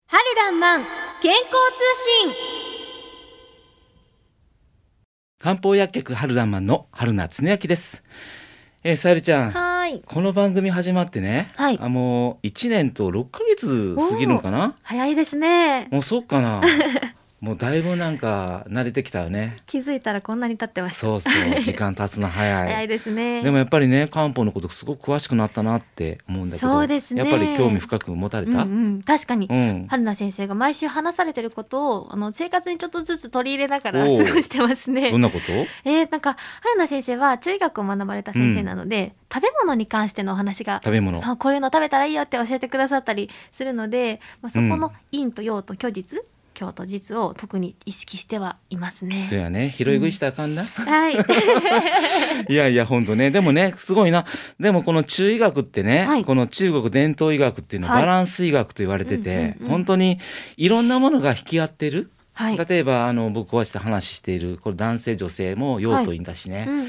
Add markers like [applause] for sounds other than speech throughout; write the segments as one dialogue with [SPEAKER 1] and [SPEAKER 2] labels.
[SPEAKER 1] るらんまん健康通信
[SPEAKER 2] 漢方薬局春ランマンの春名恒明です。えー、さゆりちゃん、
[SPEAKER 1] はーい
[SPEAKER 2] この番組始まってね、
[SPEAKER 1] はい
[SPEAKER 2] あもう一年と六ヶ月過ぎるのかな。
[SPEAKER 1] 早いですね
[SPEAKER 2] もうそう
[SPEAKER 1] [laughs]
[SPEAKER 2] かな。もうだいぶなんか慣れてきたよね。
[SPEAKER 1] 気づいたらこんなに経ってました
[SPEAKER 2] そうそう、時間経つの早い。
[SPEAKER 1] [laughs] 早いですね
[SPEAKER 2] でもやっぱりね漢方のことすごく詳しくなったなって思うんだけど
[SPEAKER 1] そうですね
[SPEAKER 2] やっぱり興味深く持たれ
[SPEAKER 1] うん
[SPEAKER 2] た、
[SPEAKER 1] うん確かに、
[SPEAKER 2] うん
[SPEAKER 1] 春菜先生が毎週話されてることをあの生活にちょっとずつ取り入れながら過
[SPEAKER 2] おう
[SPEAKER 1] ごしてますね
[SPEAKER 2] どんなこと
[SPEAKER 1] えー、なんか春菜先生は中医学を学ばれた先生なので、食べ物に関してのお話が
[SPEAKER 2] 食べ物
[SPEAKER 1] そうこういうの食べたらいいよって教えてくださったりするので、まあ、そこ
[SPEAKER 2] う
[SPEAKER 1] の
[SPEAKER 2] ん
[SPEAKER 1] 陰と陽と虚実虚と実を特に意識してはいますね。
[SPEAKER 2] そうやね拾い食いしたらあかんな、 [laughs]
[SPEAKER 1] はい、
[SPEAKER 2] いやいや、本当ね。でもね、すごいな。でもこの中医学ってね、
[SPEAKER 1] はい
[SPEAKER 2] この中国伝統医学っていうのは
[SPEAKER 1] はい
[SPEAKER 2] バランス医学と言われてて、
[SPEAKER 1] うんうんうん
[SPEAKER 2] 本当にいろんなものが引き合ってる。
[SPEAKER 1] はい、
[SPEAKER 2] 例えば、あの、僕はして話している、これ男性女性も用途いんだしね、
[SPEAKER 1] うんうんう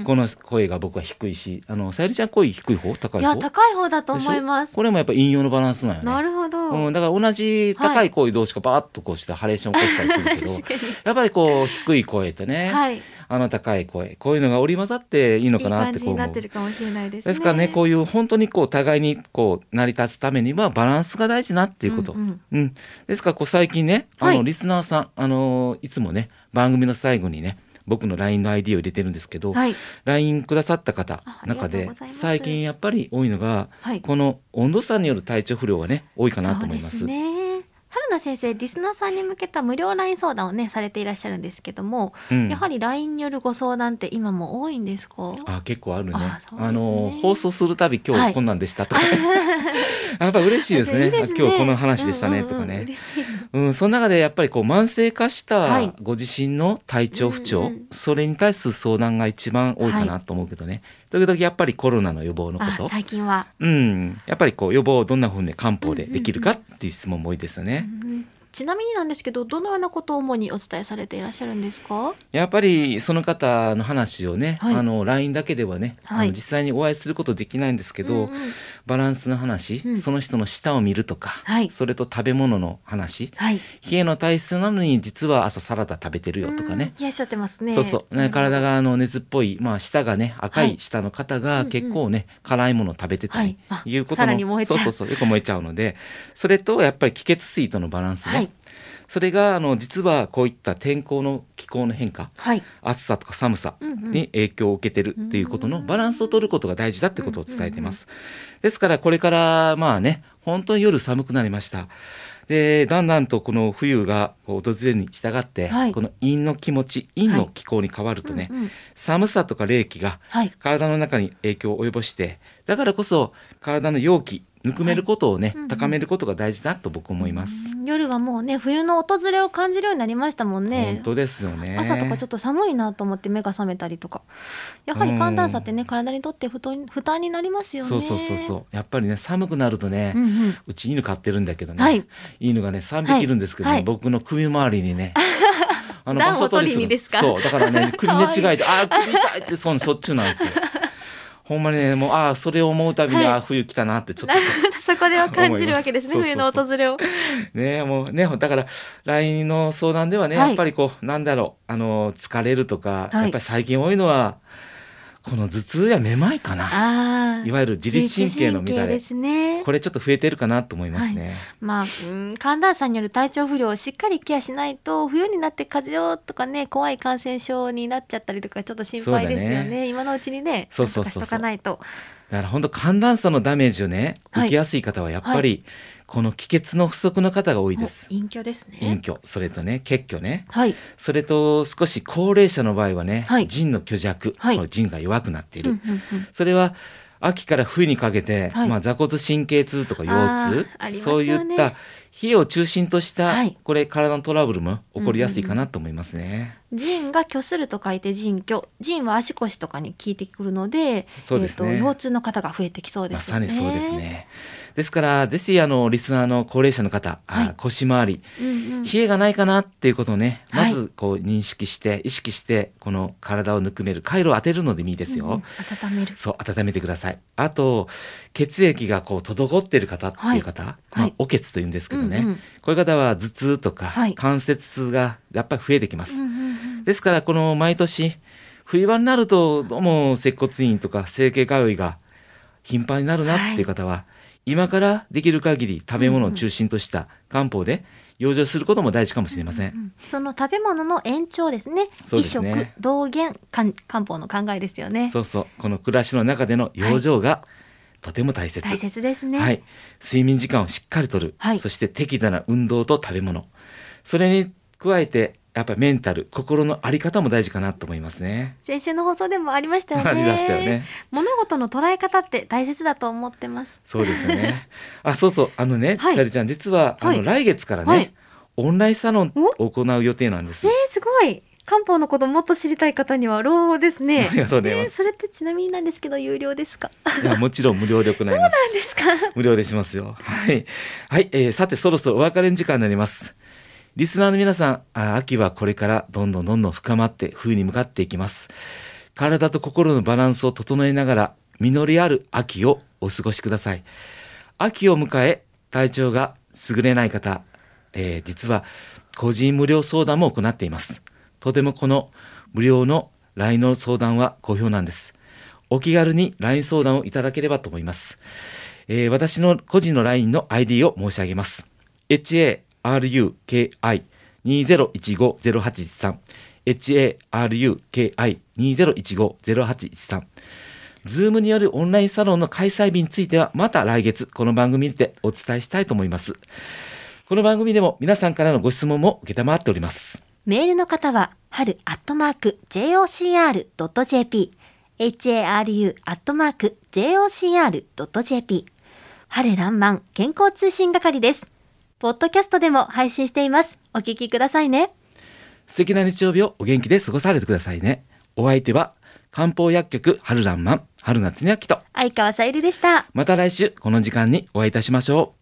[SPEAKER 1] ん
[SPEAKER 2] この声が僕は低いし、あの、さゆりちゃん声低い方高い
[SPEAKER 1] い
[SPEAKER 2] 方
[SPEAKER 1] や高い方だと思いま
[SPEAKER 2] でし
[SPEAKER 1] す
[SPEAKER 2] ょ。これもやっぱ引用のバランスなんよね。
[SPEAKER 1] なるほど、
[SPEAKER 2] うん、だから同じ高い声同士がバーッとこうしてハレーション起こしたりするけど、
[SPEAKER 1] 確かに
[SPEAKER 2] やっぱりこう低い声とね、
[SPEAKER 1] はい、いい
[SPEAKER 2] あの高い声こういうのが織り交ざっていいのかなっ
[SPEAKER 1] 感
[SPEAKER 2] て
[SPEAKER 1] じ
[SPEAKER 2] こう
[SPEAKER 1] に
[SPEAKER 2] 思
[SPEAKER 1] な
[SPEAKER 2] う
[SPEAKER 1] ってるかもしれないですね。
[SPEAKER 2] ですからねこ
[SPEAKER 1] う
[SPEAKER 2] ういう本当にこう互いにこう成り立つためにはバランスが大事なっていうこと、うん
[SPEAKER 1] んん
[SPEAKER 2] ですからこう最近ねあ
[SPEAKER 1] は
[SPEAKER 2] の
[SPEAKER 1] い
[SPEAKER 2] リスナーさん、あのいつもね番組の最後にね僕の LINE の ID を入れてるんですけど、
[SPEAKER 1] はい
[SPEAKER 2] LINE くださった方
[SPEAKER 1] あありがと
[SPEAKER 2] 中
[SPEAKER 1] うござい
[SPEAKER 2] で
[SPEAKER 1] ます
[SPEAKER 2] 最近やっぱり多いのが、
[SPEAKER 1] はい
[SPEAKER 2] この温度差による体調不良がね多いかなと思いま
[SPEAKER 1] そ
[SPEAKER 2] す。
[SPEAKER 1] うでね春菜先生リスナーさんに向けた無料 LINE 相談をねされていらっしゃるんですけども、
[SPEAKER 2] うん
[SPEAKER 1] やはり LINE によるご相談って今も多いんですか
[SPEAKER 2] あ結構あるね。
[SPEAKER 1] あ
[SPEAKER 2] あ
[SPEAKER 1] そうですね
[SPEAKER 2] の放送するたび今
[SPEAKER 1] はい
[SPEAKER 2] 日こんなんでしたとか、 [laughs] やっぱ嬉しい
[SPEAKER 1] [laughs]
[SPEAKER 2] ですね。あ今日この話でしたねとかね。
[SPEAKER 1] うんうんうん嬉しい
[SPEAKER 2] うん、その中でやっぱりこう慢性化し
[SPEAKER 1] はい
[SPEAKER 2] たご自身の体調不調、
[SPEAKER 1] うんうん
[SPEAKER 2] それに対する相談が一番多いかなと思うけどね、時々やっぱりコロナの予防のこ
[SPEAKER 1] あ
[SPEAKER 2] と、
[SPEAKER 1] 最近は、
[SPEAKER 2] うん、やっぱりこう予防をどんなふうに漢方でできるかっていう質問も多いですよね。
[SPEAKER 1] うんちなみになんですけどどのようなことを主にお伝えされていらっしゃるんですか
[SPEAKER 2] やっぱりその方の話をね、
[SPEAKER 1] はい
[SPEAKER 2] あの LINE だけではね、
[SPEAKER 1] はい
[SPEAKER 2] あの実際にお会いすることできないんですけど、
[SPEAKER 1] うんうん
[SPEAKER 2] バランスの話、
[SPEAKER 1] うん
[SPEAKER 2] その人の舌を見るとか、
[SPEAKER 1] はい
[SPEAKER 2] それと食べ物の話
[SPEAKER 1] はい
[SPEAKER 2] 冷えの体質なのに実は朝サラダ食べてるよとかね、
[SPEAKER 1] うんいらっしゃってますね
[SPEAKER 2] そうそう、ね、体があの熱っぽい、まあ、舌がね赤
[SPEAKER 1] はい
[SPEAKER 2] い舌の方が結構ね、辛いものを食べてたり、
[SPEAKER 1] はいあ
[SPEAKER 2] いうこと
[SPEAKER 1] さ
[SPEAKER 2] も
[SPEAKER 1] らに燃えちゃう
[SPEAKER 2] そうそうそうよく燃えちゃうのでそれとやっぱり気血水とのバランスね、
[SPEAKER 1] はい
[SPEAKER 2] それがあの実はこういった天候の気候の変化
[SPEAKER 1] はい
[SPEAKER 2] 暑さとか寒さ
[SPEAKER 1] うんうん
[SPEAKER 2] に影響を受けてるっていうことのバランスを取ることが大事だってことを伝えてます。ですからこれからまあね本当に夜寒くなりました。でだんだんとこの冬がこう訪れるに従って、
[SPEAKER 1] はい
[SPEAKER 2] この陰の気持ち陰の気候に変わるとね、
[SPEAKER 1] うんうん
[SPEAKER 2] 寒さとか冷気が
[SPEAKER 1] はい
[SPEAKER 2] 体の中に影響を及ぼしてだからこそ体の容器ぬくめることをね、
[SPEAKER 1] はいうんうん
[SPEAKER 2] 高めることが大事だと僕思います。
[SPEAKER 1] うん夜はもうね冬の訪れを感じるようになりましたもんね
[SPEAKER 2] 本当ですよね
[SPEAKER 1] 朝とかちょっと寒いなと思って目が覚めたりとかやはり寒暖差ってね、体にとって負担負担になりますよね
[SPEAKER 2] そうそうそうそうやっぱりね寒くなるとね、
[SPEAKER 1] うんうん [laughs]
[SPEAKER 2] うち犬飼ってるんだけどね、
[SPEAKER 1] はい
[SPEAKER 2] 犬がね3匹いるんですけどね、
[SPEAKER 1] はい
[SPEAKER 2] 僕の首周りに
[SPEAKER 1] [laughs]
[SPEAKER 2] ねあ
[SPEAKER 1] 暖を
[SPEAKER 2] 場所
[SPEAKER 1] 取りにですか
[SPEAKER 2] そうだか
[SPEAKER 1] [laughs]
[SPEAKER 2] らね首
[SPEAKER 1] かわいい
[SPEAKER 2] 寝違えてああ首痛いってそうしょっちゅうなん
[SPEAKER 1] [laughs]
[SPEAKER 2] ですよほんまにねもうああそれを思うたびに、
[SPEAKER 1] はい
[SPEAKER 2] ああ冬来たなってちょっ
[SPEAKER 1] なるほどそこでは感じるわけですね
[SPEAKER 2] 思
[SPEAKER 1] 冬
[SPEAKER 2] い
[SPEAKER 1] の
[SPEAKER 2] ます
[SPEAKER 1] 訪れを
[SPEAKER 2] と [laughs] ねもうねだから LINE の相談ではね、
[SPEAKER 1] はい
[SPEAKER 2] やっぱりこうなんだろうあの疲れるとか、
[SPEAKER 1] はい
[SPEAKER 2] やっぱり最近多いのはこの頭痛やめまいかな
[SPEAKER 1] ああ
[SPEAKER 2] いわゆる自律神経の乱
[SPEAKER 1] 自律神経
[SPEAKER 2] れ
[SPEAKER 1] ですね
[SPEAKER 2] これちょっと増えてるかなと思いますね。
[SPEAKER 1] まあ、うん、寒暖差による体調不良をしっかりケアしないと冬になって風邪とかね怖い感染症になっちゃったりとかちょっと心配ですよ
[SPEAKER 2] そ
[SPEAKER 1] ね
[SPEAKER 2] うだね
[SPEAKER 1] 今のうちにね
[SPEAKER 2] そうそうそうそ
[SPEAKER 1] なんと
[SPEAKER 2] う
[SPEAKER 1] かしとかないと
[SPEAKER 2] だから本当寒暖差のダメージをね、
[SPEAKER 1] はい
[SPEAKER 2] 受けやすい方はやっぱりこの気血の不足の方が多いです。
[SPEAKER 1] お隠居ですね
[SPEAKER 2] 隠居、それとね、血虚ね。
[SPEAKER 1] はい
[SPEAKER 2] それと少し高齢者の場合はね、
[SPEAKER 1] はい
[SPEAKER 2] 腎の虚弱、
[SPEAKER 1] はい
[SPEAKER 2] この腎が弱くなってい
[SPEAKER 1] うん
[SPEAKER 2] る。
[SPEAKER 1] うんうん
[SPEAKER 2] それは秋から冬にかけて、
[SPEAKER 1] はい
[SPEAKER 2] まあ座骨神経痛とか腰
[SPEAKER 1] あーあり
[SPEAKER 2] 痛、
[SPEAKER 1] ますよ
[SPEAKER 2] そう
[SPEAKER 1] ね
[SPEAKER 2] いった冷えを中心とした、
[SPEAKER 1] はい
[SPEAKER 2] これ体のトラブルも起こりやすいかなと思いますね。
[SPEAKER 1] 腎が虚すると書いて腎虚腎は足腰とかに効いてくるので
[SPEAKER 2] そうですね
[SPEAKER 1] えーと腰痛の方が増えてきそうで
[SPEAKER 2] ますさ
[SPEAKER 1] よね
[SPEAKER 2] にそうですね。ですからぜひあのリスナーの高齢者の方、あ
[SPEAKER 1] はい
[SPEAKER 2] 腰回り
[SPEAKER 1] うんうん
[SPEAKER 2] 冷えがないかなっていうことをね、
[SPEAKER 1] はい
[SPEAKER 2] まずこう認識して意識してこの体をぬくめる回路を当てるのでもいいですよ。
[SPEAKER 1] うんうん温める。
[SPEAKER 2] そう温めてくださいあと血液がこう滞ってる方っていう方、ま
[SPEAKER 1] は
[SPEAKER 2] あ
[SPEAKER 1] い、
[SPEAKER 2] おけつというんですけどね、
[SPEAKER 1] うんうん
[SPEAKER 2] こういう方は頭痛とか
[SPEAKER 1] はい
[SPEAKER 2] 関節痛がやっぱり増えてきます、
[SPEAKER 1] うんうんうん
[SPEAKER 2] ですからこの毎年冬場になるとどうも接骨院とか整形通いが頻繁になるなっていう方は、今からできる限り食べ物を中心とした漢方で養生することも大事かもしれません、
[SPEAKER 1] うんその食べ物の延長ですね。
[SPEAKER 2] そうですね
[SPEAKER 1] 衣食同源漢漢方の考えですよね。
[SPEAKER 2] そうそうこの暮らしの中での養生がとても大切、
[SPEAKER 1] 大切ですね。
[SPEAKER 2] はい、睡眠時間をしっかりとる、
[SPEAKER 1] はい
[SPEAKER 2] そして適度な運動と食べ物それに加えてやっぱりメンタル心の在り方も大事かなと思いますね。
[SPEAKER 1] 先週の放送でもありましたよね。
[SPEAKER 2] ありましたよね
[SPEAKER 1] 物事の捉え方って大切だと思ってます。
[SPEAKER 2] そうですよね [laughs] あそうそうあのね、
[SPEAKER 1] はい
[SPEAKER 2] チャリちゃん実はあの、
[SPEAKER 1] はい
[SPEAKER 2] 来月からね、
[SPEAKER 1] はい
[SPEAKER 2] オンラインサロンを行う予定なんです
[SPEAKER 1] え。ー、すごい。漢方のこともっと知りたい方には朗報ですね。
[SPEAKER 2] [laughs] ありがとうございます
[SPEAKER 1] えーそれってちなみになん
[SPEAKER 2] [laughs]
[SPEAKER 1] ですけど有料ですか。
[SPEAKER 2] いやもちろん無料で行います。
[SPEAKER 1] ですか。
[SPEAKER 2] [laughs] 無料でしますよ。はい。はい、えーさて、そろそろお別れの時間になります。リスナーの皆さん、あ秋はこれからどんどんどんどん深まって冬に向かっていきます。体と心のバランスを整えながら、実りある秋をお過ごしください。秋を迎え、体調が優れない方、えー実は個人無料相談も行っています。とてもこの無料の LINE の相談は好評なんです。お気軽に LINE 相談をいただければと思います。えー私の個人の LINE の ID を申し上げます。haruki2015-0813 haruki2015-0813 ズームによるオンラインサロンの開催日についてはまた来月この番組でお伝えしたいと思います。この番組でも皆さんからのご質問も受けたまっております。
[SPEAKER 1] メールの方は、春アットマーク jocr.jp、haru アットマーク jocr.jp、春らんまん健康通信係です。ポッドキャストでも配信しています。お聞きくださいね。
[SPEAKER 2] 素敵な日曜日をお元気で過ごされてくださいね。お相手は漢方薬局春らんまん春夏に秋と
[SPEAKER 1] 相川さゆりでした。
[SPEAKER 2] また来週この時間にお会いいたしましょう。